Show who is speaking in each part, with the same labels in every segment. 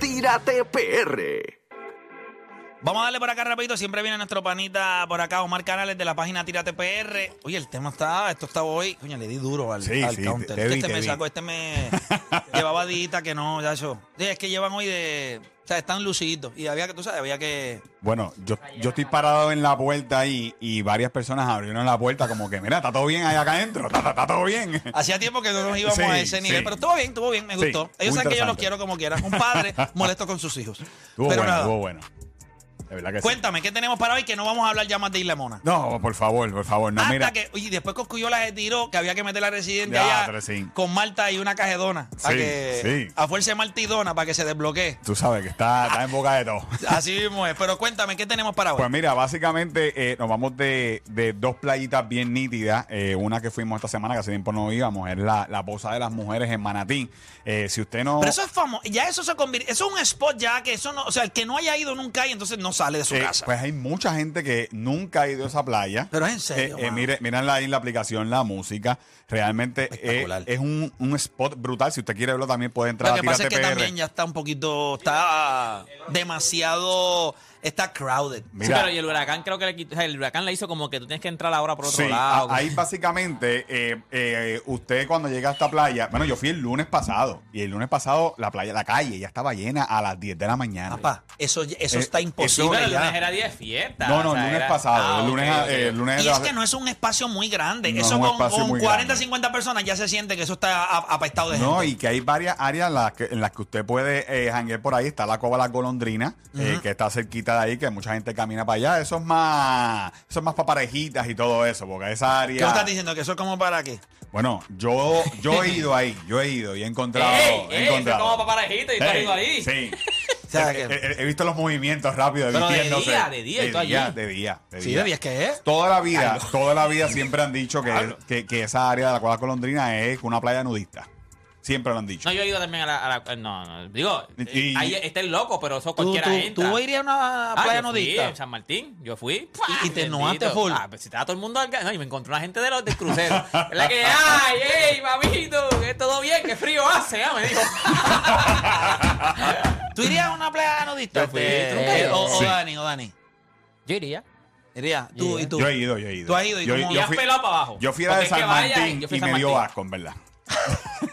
Speaker 1: Tírate PR.
Speaker 2: Vamos a darle por acá rapidito. Siempre viene nuestro panita por acá, Omar Canales de la página Tírate PR. Oye, el tema está, esto estaba hoy. Coño, le di duro al,
Speaker 3: Sí,
Speaker 2: al
Speaker 3: sí,
Speaker 2: counter.
Speaker 3: te- te
Speaker 2: Es que
Speaker 3: vi,
Speaker 2: este
Speaker 3: te
Speaker 2: me
Speaker 3: vi.
Speaker 2: sacó, este me llevaba dita que no, ya yo. Sí, Es que llevan hoy de. O sea, están luciditos. Y había que, tú sabes, había que.
Speaker 3: Bueno, yo, yo estoy parado en la puerta ahí y varias personas abrieron la puerta como que, mira, está todo bien ahí acá adentro, está, está- está todo bien.
Speaker 2: Hacía tiempo que no nos íbamos
Speaker 3: Sí,
Speaker 2: a ese nivel,
Speaker 3: sí.
Speaker 2: pero estuvo bien, estuvo bien, me
Speaker 3: Sí,
Speaker 2: gustó.
Speaker 3: muy
Speaker 2: Ellos saben que yo los
Speaker 3: interesante.
Speaker 2: quiero como quieran. Un padre molesto con sus hijos.
Speaker 3: Estuvo
Speaker 2: pero
Speaker 3: bueno,
Speaker 2: nada.
Speaker 3: estuvo bueno. De verdad que sí.
Speaker 2: Cuéntame, ¿qué tenemos para hoy? Que no vamos a hablar ya más de Isla Mona.
Speaker 3: No, por favor, por favor, no,
Speaker 2: Hasta
Speaker 3: mira.
Speaker 2: que, oye, después Coscuyola se tiró que había que meter la residente
Speaker 3: Ya,
Speaker 2: allá
Speaker 3: pero sí.
Speaker 2: con Marta y una cajedona. para
Speaker 3: Sí,
Speaker 2: que,
Speaker 3: sí.
Speaker 2: A fuerza de Marta y Dona para que se desbloquee.
Speaker 3: Tú sabes que está, está en boca de todo.
Speaker 2: Así mismo es. Pero cuéntame, ¿qué tenemos para
Speaker 3: Pues
Speaker 2: hoy?
Speaker 3: mira, básicamente eh, nos vamos de, de dos playitas bien nítidas. Eh, una que fuimos esta semana, que hace tiempo no íbamos, es la, la posa de las mujeres en Manatí. Eh, si usted no...
Speaker 2: Pero eso es famoso. Ya eso se convirtió. Eso es un spot ya que eso no. O sea, el que no haya ido nunca y entonces no sale de su
Speaker 3: Eh,
Speaker 2: casa.
Speaker 3: Pues hay mucha gente que nunca ha ido a esa playa.
Speaker 2: Pero es en serio,
Speaker 3: Eh, eh,
Speaker 2: mano.
Speaker 3: mire, miren la, ahí la aplicación, la música. Realmente eh,
Speaker 2: Espectacular.
Speaker 3: es un, un spot brutal. Si usted quiere verlo, también puede entrar
Speaker 2: Lo
Speaker 3: a
Speaker 2: que pasa es
Speaker 3: Tírate
Speaker 2: que
Speaker 3: PR.
Speaker 2: también ya está un poquito. Está demasiado. Está crowded.
Speaker 3: Mira,
Speaker 4: Sí, pero y el huracán creo que le quitó, o sea, el huracán le hizo como que tú tienes que entrar ahora por otro
Speaker 3: sí,
Speaker 4: lado.
Speaker 3: a- ahí básicamente eh, eh, usted cuando llega a esta playa, bueno, yo fui el lunes pasado y el lunes pasado la playa, la calle ya estaba llena a las 10 de la mañana.
Speaker 2: Papá, eso, eso está
Speaker 3: Eh, eso-
Speaker 4: Sí, pero
Speaker 2: imposible.
Speaker 4: el
Speaker 2: ya.
Speaker 4: lunes era día de fiesta.
Speaker 3: No, no,
Speaker 4: o
Speaker 3: el
Speaker 4: sea,
Speaker 3: lunes
Speaker 4: era-
Speaker 3: pasado,
Speaker 4: Ah,
Speaker 3: el
Speaker 4: ok,
Speaker 3: lunes,
Speaker 4: ok.
Speaker 3: eh, el lunes
Speaker 2: Y es que no es un espacio muy grande.
Speaker 3: No
Speaker 2: eso
Speaker 3: es un
Speaker 2: con,
Speaker 3: espacio
Speaker 2: con
Speaker 3: muy
Speaker 2: 40,
Speaker 3: grande.
Speaker 2: 50 personas ya se siente que eso está a- apestado de
Speaker 3: No,
Speaker 2: gente.
Speaker 3: y que hay varias áreas en las que, en las que usted puede eh, janguear por ahí. Está la Cova Las Golondrinas, eh, que está cerquita de ahí, que mucha gente camina para allá. Eso es más, eso es más para parejitas y todo eso, porque esa
Speaker 2: ¿Qué me estás
Speaker 3: área...
Speaker 2: diciendo? ¿Que eso es como para qué?
Speaker 3: Bueno, yo, yo he ido ahí, yo he ido y he encontrado...
Speaker 4: ¡Ey!
Speaker 3: he
Speaker 4: ¡Ey! Fue
Speaker 3: encontrado.
Speaker 4: como para parejita y tú has
Speaker 3: Ey,
Speaker 4: ido ahí.
Speaker 3: Sí.
Speaker 2: O sea,
Speaker 3: He,
Speaker 2: que-
Speaker 3: he- he visto los movimientos rápidos,
Speaker 4: Pero de
Speaker 3: vistiéndose.
Speaker 4: día, de día, y
Speaker 3: de
Speaker 4: tú allí.
Speaker 3: día, de día, de
Speaker 2: sí,
Speaker 3: día.
Speaker 2: debías que es.
Speaker 3: Toda la vida, toda la vida siempre han dicho que, que, que esa área de la Cueva Colondrina es una playa nudista. Siempre lo han dicho.
Speaker 4: No, yo he ido también a la. a la- eh, no, no. Digo,
Speaker 3: Y-
Speaker 4: eh, ahí está el loco, pero eso
Speaker 2: ¿Tú,
Speaker 4: cualquiera
Speaker 2: tú-
Speaker 4: entra.
Speaker 2: tú irías a una
Speaker 4: Ah,
Speaker 2: playa
Speaker 4: yo fui,
Speaker 2: nudista?
Speaker 4: en San Martín, yo fui.
Speaker 2: Y- y te
Speaker 4: Bendito.
Speaker 2: enojaste full.
Speaker 4: Ah, pues si estaba todo el mundo acá. No, y me encontré una gente de los del crucero. Es la que, ¡ay, ey, mamito! Que todo bien, qué frío hace, ah, me dijo.
Speaker 2: ¿Tú irías a una playa nudista?
Speaker 4: Yo fui, eh,
Speaker 2: Este,
Speaker 4: tú nunca has ido.
Speaker 2: o, o
Speaker 3: Sí.
Speaker 2: Dani, o Dani.
Speaker 4: Yo iría.
Speaker 2: Iría. Tú
Speaker 4: Yeah.
Speaker 2: y tú.
Speaker 3: Yo he ido, yo he ido.
Speaker 2: Tú has ido y
Speaker 3: yo,
Speaker 2: cómo-
Speaker 3: yo
Speaker 4: Y has
Speaker 3: fui,
Speaker 4: pelado para abajo.
Speaker 3: yo fui a la
Speaker 4: Porque
Speaker 3: de
Speaker 4: es que
Speaker 3: San
Speaker 4: vaya,
Speaker 3: Martín
Speaker 4: yo fui a
Speaker 3: y
Speaker 4: San
Speaker 3: me dio
Speaker 4: Martín.
Speaker 3: asco, en verdad.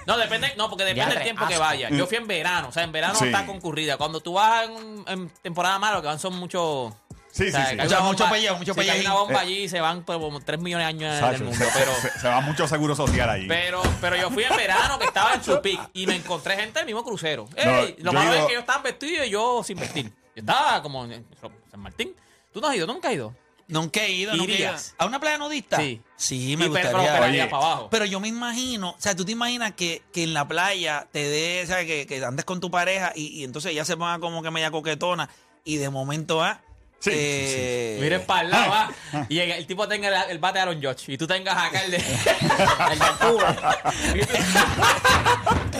Speaker 4: No, depende, no, porque depende del tiempo que vaya. Yo fui en verano, o sea, en verano
Speaker 3: Sí.
Speaker 4: está concurrida. Cuando tú vas en, en temporada mala, lo que van son muchos.
Speaker 3: Sí,
Speaker 4: o sea,
Speaker 3: sí, Eh. sí.
Speaker 4: que hay
Speaker 2: O sea,
Speaker 4: una
Speaker 2: mucho
Speaker 4: bomba-
Speaker 2: pellejo, mucho
Speaker 4: sí, que Hay
Speaker 2: pellejín.
Speaker 4: una bomba allí y se van por como 3 millones de años en
Speaker 3: Sacho,
Speaker 4: el
Speaker 3: se,
Speaker 4: mundo.
Speaker 3: se-
Speaker 4: Pero,
Speaker 3: se- se va mucho seguro social ahí.
Speaker 4: pero, pero yo fui en verano que estaba en su pic y me encontré gente del mismo crucero.
Speaker 3: No,
Speaker 4: Ey, lo
Speaker 3: yo
Speaker 4: malo
Speaker 3: digo-
Speaker 4: es que ellos estaban vestidos y yo sin vestir. Yo estaba como en San Martín. ¿Tú no has ido? ¿Tú nunca has ido?
Speaker 2: Nunca he ido. nunca he ido.
Speaker 4: ¿Irías?
Speaker 2: ¿A una playa nudista?
Speaker 4: Sí.
Speaker 2: Sí, me
Speaker 4: Y pero-
Speaker 2: gustaría.
Speaker 4: Pero, operaría
Speaker 3: Oye.
Speaker 4: para abajo.
Speaker 2: Pero yo me imagino, o sea, tú te imaginas que, que en la playa te dé, o sea, que, que andes con tu pareja y, y entonces ella se ponga como que media coquetona y de momento ah, eh, va.
Speaker 3: Sí, sí, sí.
Speaker 4: Miren para el lado, ah, y el, el tipo tenga el, el bate de Aaron George y tú tengas acá el de. el de Altuve.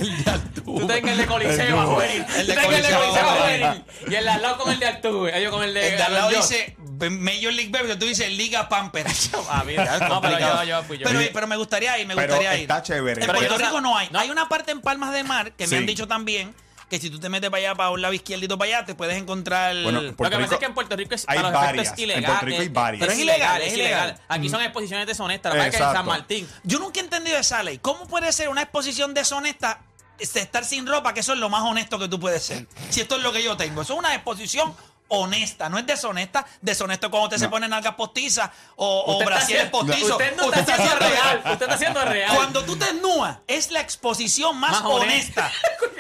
Speaker 4: Y tú- Tú tengas el de
Speaker 3: El
Speaker 4: Coliseo
Speaker 3: Tubo.
Speaker 4: Juvenil.
Speaker 2: El
Speaker 4: El
Speaker 2: de
Speaker 4: de Coliseo
Speaker 2: Coliseo
Speaker 4: Juvenil. Y el de al lado con el de Altuve. eh, Yo con el de.
Speaker 2: El de al lado
Speaker 4: Aaron
Speaker 2: dice
Speaker 4: George.
Speaker 2: B- Major League Baby, tú dices Liga Pampers.
Speaker 4: Ah, mira, no, pero yo, yo fui yo.
Speaker 2: Pero,
Speaker 4: Pero-
Speaker 2: pero me gustaría ir, me
Speaker 3: pues, Pero
Speaker 2: gustaría ir.
Speaker 3: está chévere.
Speaker 2: En
Speaker 3: Pero
Speaker 2: Puerto
Speaker 4: yo no
Speaker 2: Rico
Speaker 4: sab-
Speaker 2: no hay.
Speaker 4: no-
Speaker 2: Hay una parte en Palmas de Mar que me
Speaker 3: Sí.
Speaker 2: han dicho también que si tú te metes para allá, para un lado izquierdo y todo para allá, te puedes encontrar.
Speaker 3: Bueno,
Speaker 2: Pero
Speaker 3: Puerto
Speaker 4: Lo que pasa
Speaker 3: Rico-
Speaker 4: es que en Puerto Rico es,
Speaker 3: hay
Speaker 4: a los efectos
Speaker 3: varias.
Speaker 4: es
Speaker 3: En
Speaker 4: ilegal. Eh,
Speaker 3: Puerto Rico hay varias.
Speaker 2: Pero es ilegal, es ilegal.
Speaker 4: Aquí son exposiciones deshonestas. La verdad que en
Speaker 3: Exacto.
Speaker 4: San Martín.
Speaker 2: yo nunca he entendido esa ley. ¿Cómo puede ser una exposición deshonesta este, estar sin ropa? Que eso es lo más honesto que tú puedes ser. Si esto es lo que yo tengo. Eso es una exposición honesta, no es deshonesta. Deshonesto es cuando usted se pone nalgas postizas o, o
Speaker 4: Usted está
Speaker 2: brasieres
Speaker 4: haciendo-
Speaker 2: postizos.
Speaker 4: Usted no está haciendo real. Usted está haciendo real.
Speaker 2: Cuando tú te desnudas, es la exposición más,
Speaker 4: Más
Speaker 2: honesta.
Speaker 4: honesta.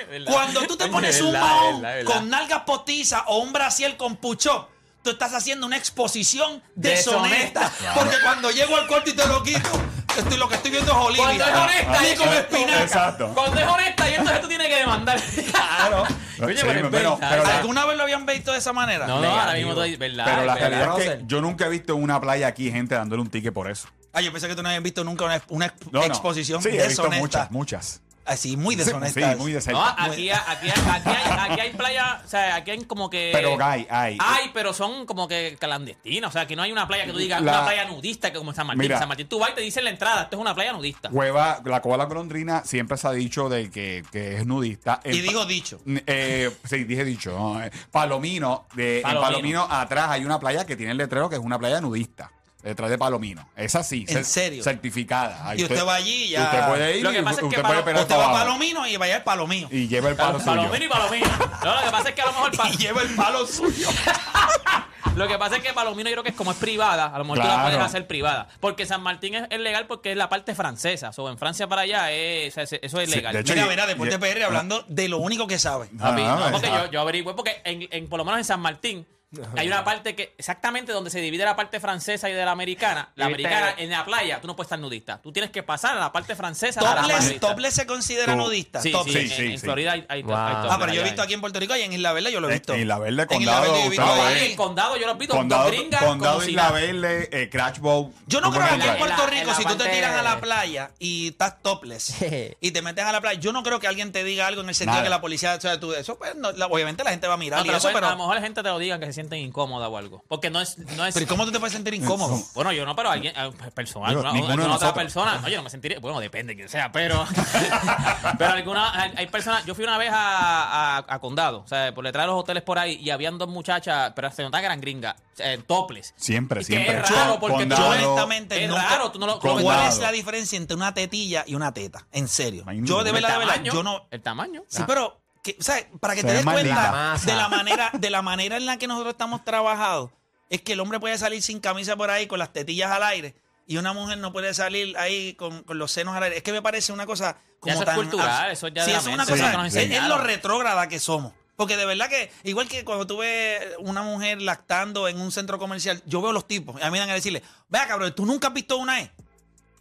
Speaker 4: ¿Verdad?
Speaker 2: Cuando tú te
Speaker 4: Coño,
Speaker 2: pones un
Speaker 4: verdad,
Speaker 2: mahón
Speaker 4: verdad, verdad.
Speaker 2: con nalgas potiza o un brasier con pucho, tú estás haciendo una exposición deshonesta.
Speaker 4: Deshonesta.
Speaker 2: Porque cuando llego al corte y te lo quito, estoy, lo que estoy viendo es Olivia.
Speaker 4: Cuando es honesta,
Speaker 2: Ni
Speaker 4: es
Speaker 2: con
Speaker 4: correcto.
Speaker 2: espinaca.
Speaker 3: Exacto.
Speaker 4: Cuando es honesta, y entonces tú tienes que demandar. Claro.
Speaker 3: Sí, pero- pero la-
Speaker 2: ¿Alguna vez lo habían visto de esa manera?
Speaker 4: No, no, ahora mismo estoy. ¿Verdad?
Speaker 3: Pero la
Speaker 4: verdad.
Speaker 3: realidad es que
Speaker 2: Russell.
Speaker 3: yo nunca he visto en una playa aquí gente dándole un ticket por eso.
Speaker 2: Ah, yo pensé que tú no habías visto nunca una, una exp-
Speaker 3: No, no.
Speaker 2: exposición
Speaker 3: Sí, he visto
Speaker 2: deshonesta.
Speaker 3: muchas, muchas.
Speaker 2: así muy
Speaker 3: Sí,
Speaker 2: deshonestas.
Speaker 3: muy de cerca.
Speaker 4: No, ah, aquí, aquí, aquí hay, aquí hay playas, o sea, aquí hay como que...
Speaker 3: Pero, guy, hay.
Speaker 4: Hay, pero son como que clandestinas. O sea, que no hay una playa que tú digas,
Speaker 3: La-
Speaker 4: una playa nudista, que como San Martín.
Speaker 3: Mira.
Speaker 4: San Martín, tú vas y te dicen la entrada, esto es una playa nudista.
Speaker 3: Cueva, la Cueva de la Golondrina siempre se ha dicho de que, que es nudista.
Speaker 2: Y
Speaker 3: En-
Speaker 2: digo dicho.
Speaker 3: Eh, sí, dije dicho. no, eh, Palomino, de,
Speaker 4: Palomino.
Speaker 3: En Palomino atrás hay una playa que tiene el letrero que es una playa nudista. Detrás de Palomino. Esa sí.
Speaker 2: ¿En serio?
Speaker 3: Certificada. Ahí
Speaker 2: Y usted va allí y ya-
Speaker 3: Usted puede ir
Speaker 4: Lo que
Speaker 3: y
Speaker 4: pasa es que
Speaker 3: usted
Speaker 4: Palo-
Speaker 3: puede esperar
Speaker 2: Usted
Speaker 3: para
Speaker 2: va a
Speaker 3: abajo.
Speaker 2: Palomino y vaya al Palomino.
Speaker 3: Y lleva el palo suyo.
Speaker 4: Palomino y Palomino. No, lo que pasa es que a lo mejor... pa-
Speaker 2: Y lleva el palo suyo.
Speaker 4: Lo que pasa es que Palomino yo creo que es como es privada, a lo mejor tú la
Speaker 3: Claro.
Speaker 4: puedes hacer privada. Porque San Martín es, es legal porque es la parte francesa. O en Francia para allá es, o sea, es- eso es
Speaker 3: Sí,
Speaker 4: legal.
Speaker 3: de hecho,
Speaker 2: Mira,
Speaker 3: y-
Speaker 2: mira, después
Speaker 3: y-
Speaker 2: de PR hablando de lo único que sabe.
Speaker 4: Papi,
Speaker 3: Ah,
Speaker 4: no, porque
Speaker 3: está.
Speaker 4: yo, yo averigüé, porque en, en- por lo menos en San Martín hay una parte que, exactamente donde se divide la parte francesa y de la americana, la
Speaker 1: Y viste-
Speaker 4: americana en la playa, tú no puedes estar nudista. Tú tienes que pasar a la parte francesa a la
Speaker 2: Topless,
Speaker 4: nudista.
Speaker 2: topless se considera
Speaker 3: Tú-
Speaker 2: nudista.
Speaker 4: Sí, sí,
Speaker 2: Topless.
Speaker 4: en-
Speaker 3: sí,
Speaker 4: en,
Speaker 3: sí.
Speaker 4: Florida hay, hay- hay
Speaker 1: Wow.
Speaker 4: topless
Speaker 2: Ah, pero yo he
Speaker 4: allá.
Speaker 2: visto aquí en Puerto Rico y en Isla Verde yo lo he
Speaker 3: En-
Speaker 2: visto.
Speaker 3: en Isla
Speaker 2: En
Speaker 3: Verde,
Speaker 2: Isla
Speaker 3: condado,
Speaker 2: Verde yo he visto a
Speaker 3: usted lo
Speaker 4: No,
Speaker 3: ve.
Speaker 4: en
Speaker 2: alguien
Speaker 4: el condado yo lo he visto
Speaker 3: Condado,
Speaker 4: con dos gringas
Speaker 3: condado
Speaker 4: como si
Speaker 3: Isla
Speaker 4: nada.
Speaker 3: Verde, eh, Crash Bow.
Speaker 2: Yo no
Speaker 3: tú
Speaker 2: creo
Speaker 3: puedes
Speaker 2: que aquí en
Speaker 3: entrar.
Speaker 4: la-
Speaker 2: Puerto
Speaker 4: en la
Speaker 2: Rico, si tú te
Speaker 4: parte-
Speaker 2: tiras a la playa y estás topless y te metes a la playa, yo no creo que alguien te diga algo en el sentido
Speaker 3: Nada.
Speaker 2: de que la policía, o sea, tú- eso, pues, no, la- obviamente la gente va a
Speaker 4: No,
Speaker 2: mirar
Speaker 4: te
Speaker 2: y
Speaker 4: lo
Speaker 2: eso,
Speaker 4: pueden-
Speaker 2: pero,
Speaker 4: a lo mejor la gente te lo diga que se sienten incómoda o algo. Porque no es, no es
Speaker 2: pero ¿y ¿cómo tú te puedes sentir incómodo?
Speaker 4: Bueno, yo no, pero alguien, eh, personal,
Speaker 3: Digo,
Speaker 4: una,
Speaker 3: ninguno de
Speaker 4: alguna otra
Speaker 3: nosotros.
Speaker 4: persona. No, yo no me sentiría. Bueno, depende de quién sea, pero. pero alguna. Hay, hay personas. Yo fui una vez a, a- a Condado, o sea, por detrás de los hoteles por ahí, y habían dos muchachas, pero se notaba que eran gringas, eh, toples.
Speaker 3: Siempre,
Speaker 4: Y
Speaker 3: siempre.
Speaker 4: Que es raro,
Speaker 3: Con-
Speaker 4: porque tú-
Speaker 2: Yo
Speaker 3: condado.
Speaker 2: honestamente
Speaker 4: Es
Speaker 2: nunca-
Speaker 4: raro, tú no lo.
Speaker 3: Condado.
Speaker 2: ¿Cuál es la diferencia entre una tetilla y una teta? En serio.
Speaker 3: Imagínate.
Speaker 2: Yo de
Speaker 3: El
Speaker 2: verdad, de verdad,
Speaker 4: tamaño,
Speaker 2: yo no...
Speaker 4: El tamaño.
Speaker 2: Sí,
Speaker 4: Ah.
Speaker 2: pero que, o sea, para que
Speaker 3: Se
Speaker 2: te
Speaker 3: ve
Speaker 2: des
Speaker 3: más linda.
Speaker 2: cuenta
Speaker 1: Masa.
Speaker 2: de la manera de la manera en la que nosotros estamos trabajados, es que el hombre puede salir sin camisa por ahí con las tetillas al aire y una mujer no puede salir ahí con, con los senos al aire. Es que me parece una cosa como
Speaker 4: eso es
Speaker 2: tan
Speaker 4: cultural,
Speaker 2: abs-
Speaker 4: eso ya
Speaker 2: Sí,
Speaker 4: de la
Speaker 2: eso es una
Speaker 4: mente,
Speaker 2: cosa
Speaker 3: eso que nos
Speaker 2: es- es, lo
Speaker 4: enseñaron.
Speaker 2: retrógrada que somos. Porque de verdad que, igual que cuando tú ves una mujer lactando en un centro comercial, yo veo los tipos, y a mí me dan a decirle, vea cabrón, tú nunca has visto una E.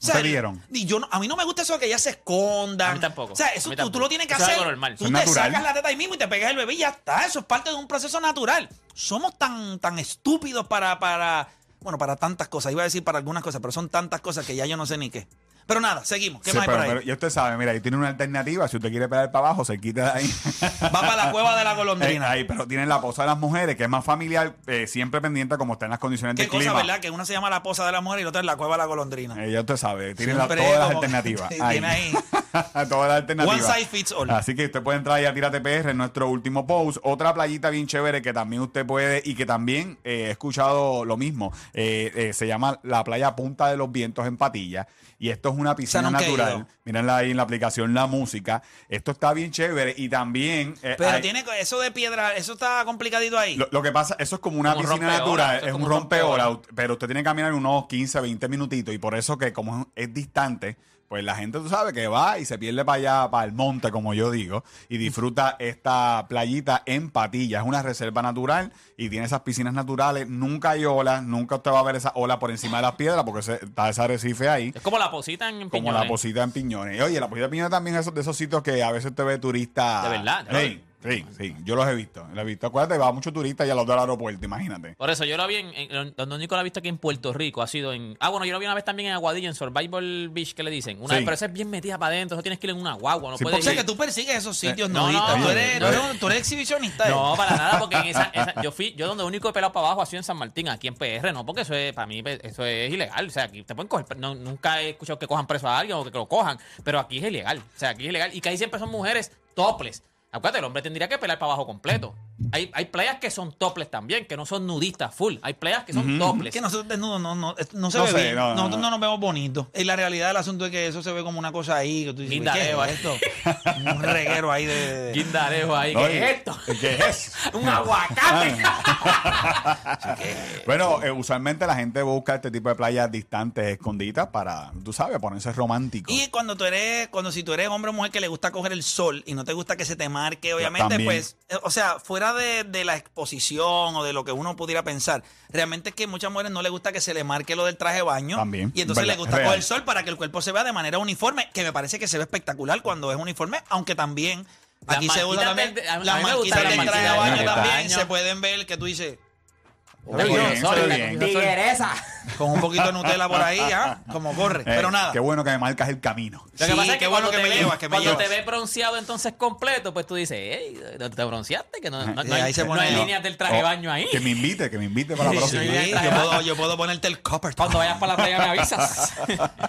Speaker 3: No te vieron.
Speaker 2: Y yo no- a mí no me gusta eso de que ellas se escondan.
Speaker 4: A mí tampoco.
Speaker 2: O sea,
Speaker 4: A
Speaker 2: eso
Speaker 4: mí
Speaker 2: tú, tú
Speaker 4: tampoco.
Speaker 2: lo tienes que
Speaker 4: Eso es
Speaker 2: hacer.
Speaker 4: algo normal.
Speaker 2: Tú
Speaker 3: Eso
Speaker 2: te
Speaker 3: es natural.
Speaker 2: sacas la teta ahí mismo y te pegas el bebé y ya está. Eso es parte de un proceso natural. Somos tan, tan estúpidos para, para. Bueno, para tantas cosas. Iba a decir para algunas cosas, pero son tantas cosas que ya yo no sé ni qué. Pero nada, seguimos. ¿Qué
Speaker 3: Sí,
Speaker 2: más hay
Speaker 3: pero,
Speaker 2: por ahí?
Speaker 3: pero ya usted sabe, mira, ahí tiene una alternativa. Si usted quiere pegar para abajo, se quita de ahí.
Speaker 2: Va para la cueva de la
Speaker 3: Eh,
Speaker 2: golondrina.
Speaker 3: ahí, pero tienen la posa de las mujeres, que es más familiar, eh, siempre pendiente como están las condiciones
Speaker 2: qué
Speaker 3: de
Speaker 2: cosa,
Speaker 3: clima.
Speaker 2: ¿verdad? Que una se llama la posa de la mujer y la otra es la cueva de la golondrina.
Speaker 3: Eh, ya usted sabe, tienen la-
Speaker 2: Siempre
Speaker 3: todas las
Speaker 2: como que
Speaker 3: alternativas.
Speaker 2: tiene
Speaker 3: todas las alternativas.
Speaker 2: One size fits all.
Speaker 3: Así que usted puede entrar ahí a Tírate PR en nuestro último post. Otra playita bien chévere que también usted puede y que también eh, he escuchado lo mismo. Eh, eh, se llama la playa Punta de los Vientos en Patilla. Y esto es una piscina
Speaker 2: nunca he ido.
Speaker 3: natural. Mírenla ahí en la aplicación La Música. Esto está bien chévere y también... eh,
Speaker 2: Pero
Speaker 3: hay-
Speaker 2: tiene eso de piedra, eso está complicadito ahí.
Speaker 3: lo, lo que pasa, eso es como una
Speaker 4: Como un
Speaker 3: piscina
Speaker 4: rompeola,
Speaker 3: natural,
Speaker 4: eso
Speaker 3: es
Speaker 4: es
Speaker 3: un
Speaker 4: como un
Speaker 3: rompeola,
Speaker 4: rompeola.
Speaker 3: pero usted tiene que caminar unos 15, 20 minutitos y por eso que como es, es distante, pues la gente, tú sabes, que va y se pierde para allá, para el monte, como yo digo,
Speaker 4: Mm.
Speaker 3: y disfruta esta playita en Patilla. Es una reserva natural y tiene esas piscinas naturales, nunca hay olas, nunca usted va a ver esa ola por encima de las piedras porque se- está ese arrecife ahí.
Speaker 4: Es como la posita en
Speaker 3: Como
Speaker 4: Piñones.
Speaker 3: la posita en piñones. Y, Oye, la posita en piñones también es esos- de esos sitios que a veces te ve turista.
Speaker 4: De verdad, de
Speaker 3: Sí, sí, sí. Yo los he visto. Los he visto. Acuérdate, va mucho turista y a los del aeropuerto, imagínate.
Speaker 4: Por eso yo la vi en, en- donde único la he visto aquí en Puerto Rico ha sido en ah bueno yo la vi una vez también en Aguadilla en Survival Beach que le dicen una
Speaker 3: Sí.
Speaker 4: vez, pero esa es bien metida para adentro eso tienes que ir en una guagua no
Speaker 3: Sí,
Speaker 2: o
Speaker 4: puedes
Speaker 2: sea
Speaker 4: ir-
Speaker 2: que tú persigues esos sitios
Speaker 4: Eh, no,
Speaker 2: nudistas.
Speaker 4: no,
Speaker 2: tú, eres,
Speaker 4: no,
Speaker 2: tú eres- tú eres exhibicionista. eh.
Speaker 4: No, para nada, porque en esa, esa- yo fui, yo donde único he pelado para abajo ha sido en San Martín, aquí en PR, no, porque eso es, para mí, pues, eso es ilegal. O sea, aquí te pueden coger, pre- no, nunca he escuchado que cojan preso a alguien o que lo cojan, pero aquí es ilegal. O sea, aquí es ilegal. Y que ahí siempre son mujeres toples. Acuérdate, el hombre tendría que pelar para abajo completo. Hay, hay playas que son toples también, que no son nudistas full. Hay playas que son toples.
Speaker 2: Es que nosotros desnudos no, no, no se
Speaker 3: No
Speaker 2: ve
Speaker 3: sé,
Speaker 2: bien.
Speaker 3: no, no,
Speaker 2: nosotros no,
Speaker 3: no.
Speaker 2: nos vemos bonitos. Y la realidad del asunto es que eso se ve como una cosa ahí. Que tú dices,
Speaker 4: Linda
Speaker 2: ¿qué es
Speaker 4: Eva.
Speaker 2: esto? Un reguero ahí de. de-
Speaker 4: Guindarejo ahí, ¿qué
Speaker 3: Oye,
Speaker 4: es esto?
Speaker 3: ¿Qué es eso?
Speaker 4: Un
Speaker 2: Ah,
Speaker 4: aguacate.
Speaker 3: Bueno, eh, usualmente la gente busca este tipo de playas distantes, escondidas, para, tú sabes, ponerse romántico. Eh,
Speaker 2: Y cuando tú eres, cuando si tú eres hombre o mujer que le gusta coger el sol y no te gusta que se te marque, obviamente,
Speaker 3: También.
Speaker 2: pues, eh, o sea, fuera de, de la exposición o de lo que uno pudiera pensar, realmente es que muchas mujeres no les gusta que se le marque lo del traje de baño.
Speaker 3: También,
Speaker 2: Y entonces
Speaker 3: verdad,
Speaker 2: les gusta
Speaker 3: real.
Speaker 2: coger el sol para que el cuerpo se vea de manera uniforme, que me parece que se ve espectacular cuando es uniforme, aunque también
Speaker 4: Las
Speaker 2: aquí se usa
Speaker 4: marquitas
Speaker 2: también
Speaker 4: del- a- a
Speaker 2: las
Speaker 4: mí me gustan
Speaker 2: marquitas
Speaker 4: las
Speaker 2: del traje de
Speaker 4: marquitas
Speaker 2: baño
Speaker 3: del
Speaker 2: también
Speaker 4: baño.
Speaker 2: se pueden ver que tú dices.
Speaker 3: Se ve bien, se ve bien.
Speaker 1: Tigueresa.
Speaker 2: con un poquito de Nutella por ahí, ¿ah? como corre. Pero
Speaker 3: Eh,
Speaker 2: nada.
Speaker 3: Qué bueno que me marcas el camino.
Speaker 4: Lo que
Speaker 2: Sí,
Speaker 4: pasa es
Speaker 2: qué
Speaker 4: que
Speaker 2: bueno
Speaker 4: cuando
Speaker 2: que
Speaker 4: te
Speaker 2: me
Speaker 4: ve-
Speaker 2: llevas, que me
Speaker 4: cuando
Speaker 2: llevas.
Speaker 4: te ve bronceado entonces completo, pues tú dices, hey, te bronceaste, que no, no-
Speaker 2: Sí,
Speaker 4: no hay,
Speaker 2: ahí se
Speaker 4: no
Speaker 2: pone-
Speaker 4: hay
Speaker 2: no.
Speaker 4: líneas del traje de
Speaker 3: Oh,
Speaker 4: baño ahí.
Speaker 3: Que me invite, que me invite para la
Speaker 2: Sí,
Speaker 3: próxima.
Speaker 2: sí,
Speaker 4: próxima.
Speaker 2: yo, puedo, yo puedo ponerte el copper.
Speaker 4: Cuando vayas para la playa me avisas.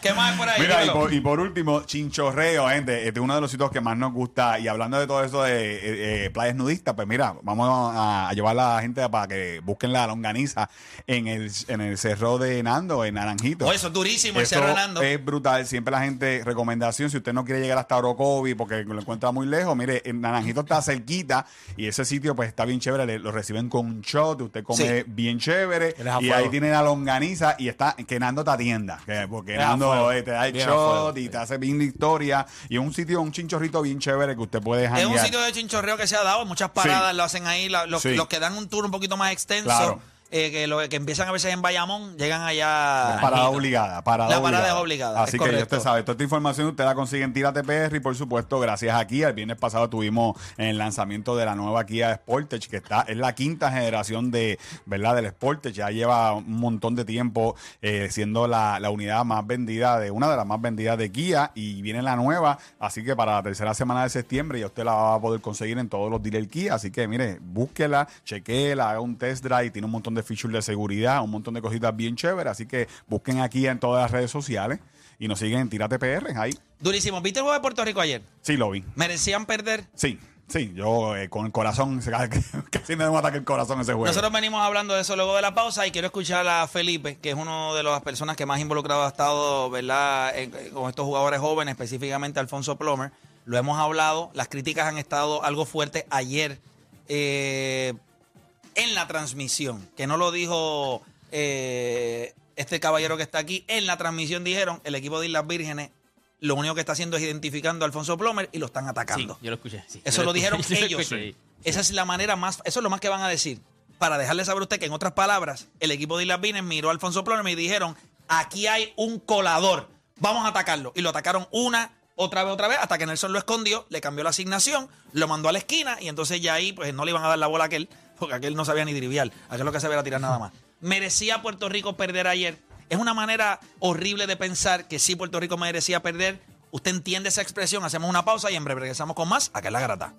Speaker 2: ¿Qué más hay por ahí?
Speaker 3: Mira, y
Speaker 2: Dímelo.
Speaker 3: por, y por último, Chinchorreo, gente. Este es uno de los sitios que más nos gusta. Y hablando de todo eso de eh, eh, playas nudistas, pues mira, vamos a, a llevar a la gente para que busquen la longaniza en el, en el cerro de Nando, en Naranjito.
Speaker 2: Oh, eso es durísimo, el
Speaker 3: Eso
Speaker 2: Cerro Hernando.
Speaker 3: Es brutal. Siempre la gente, recomendación, si usted no quiere llegar hasta Orocovi porque lo encuentra muy lejos, mire, el Naranjito está cerquita y ese sitio pues está bien chévere. le- lo reciben con un shot, usted come bien chévere.
Speaker 2: Él es a
Speaker 3: Y
Speaker 2: fuego.
Speaker 3: ahí tiene la longaniza y está que Nando te atienda. que- porque
Speaker 4: Bien a fuego.
Speaker 3: Nando eh, te da el
Speaker 4: Bien a fuego,
Speaker 3: shot y
Speaker 4: sí.
Speaker 3: te hace bien la historia. Y es un sitio, un chinchorrito bien chévere que usted puede
Speaker 2: Es un
Speaker 3: janguear.
Speaker 2: sitio de chinchorreo que se ha dado, muchas paradas lo hacen ahí, la- los,
Speaker 3: Sí.
Speaker 2: los que dan un tour un poquito más extenso,
Speaker 3: Claro.
Speaker 2: eh, que, lo, que empiezan a veces en Bayamón, llegan allá.
Speaker 3: Parada obligada, parada
Speaker 2: La
Speaker 3: obligada.
Speaker 2: parada es obligada, es
Speaker 3: Así que ya
Speaker 2: correcto.
Speaker 3: usted sabe, toda esta información usted la consigue en Tírate PR y por supuesto, gracias a Kia. El viernes pasado tuvimos el lanzamiento de la nueva Kia Sportage, que está, es la quinta generación de, ¿verdad? Del Sportage. Ya lleva un montón de tiempo eh, siendo la, la unidad más vendida de, una de las más vendidas de Kia y viene la nueva. Así que para la tercera semana de septiembre ya usted la va a poder conseguir en todos los dealers Kia. Así que mire, búsquela, chequela, haga un test drive. Tiene un montón de features de seguridad, un montón de cositas bien chéveres. Así que busquen aquí en todas las redes sociales y nos siguen en Tírate PR. Ahí
Speaker 2: Durísimo. ¿Viste el juego de Puerto Rico ayer?
Speaker 3: sí lo vi.
Speaker 2: ¿Merecían perder?
Speaker 3: Sí, sí, yo eh, con el corazón, se- casi me da un ataque el corazón ese juego.
Speaker 2: Nosotros venimos hablando de eso luego de la pausa y quiero escuchar a Felipe, que es uno de las personas que más involucrado ha estado, ¿verdad?, en- con estos jugadores jóvenes, específicamente Alfonso Plomer. Lo hemos hablado, las críticas han estado algo fuertes ayer eh, en la transmisión, que no lo dijo eh, este caballero que está aquí. En la transmisión dijeron, el equipo de Islas Vírgenes lo único que está haciendo es identificando a Alfonso Plomer y lo están
Speaker 4: Sí,
Speaker 2: atacando.
Speaker 4: yo lo escuché. sí.
Speaker 2: Eso
Speaker 4: Yo
Speaker 2: lo
Speaker 4: escuché,
Speaker 2: dijeron
Speaker 4: yo lo
Speaker 2: ellos.
Speaker 4: escuché.
Speaker 2: Esa es la manera más, eso es lo más que van a decir. Para dejarle saber a usted que en otras palabras, el equipo de Islas Vines miró a Alfonso Plomer y dijeron, aquí hay un colador, vamos a atacarlo. Y lo atacaron una, otra vez, otra vez, hasta que Nelson lo escondió, le cambió la asignación, lo mandó a la esquina y entonces ya ahí pues no le iban a dar la bola a aquel, porque aquel no sabía ni driviar, aquel lo que sabía era tirar nada más. ¿Merecía Puerto Rico perder ayer? Es una manera horrible de pensar que sí Puerto Rico merecía perder. Usted entiende esa expresión, hacemos una pausa y en breve regresamos con más, acá es la garata.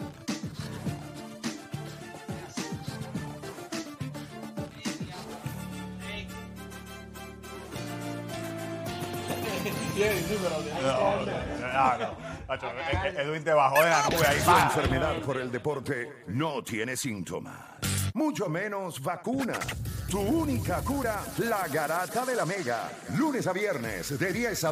Speaker 3: Ah, No, no, Nacho, Ed- Edwin te bajó de la nube ahí.
Speaker 1: Su enfermedad por el deporte no tiene síntomas, mucho menos vacuna. Tu única cura, la garata de la mega. Lunes a viernes de 10 a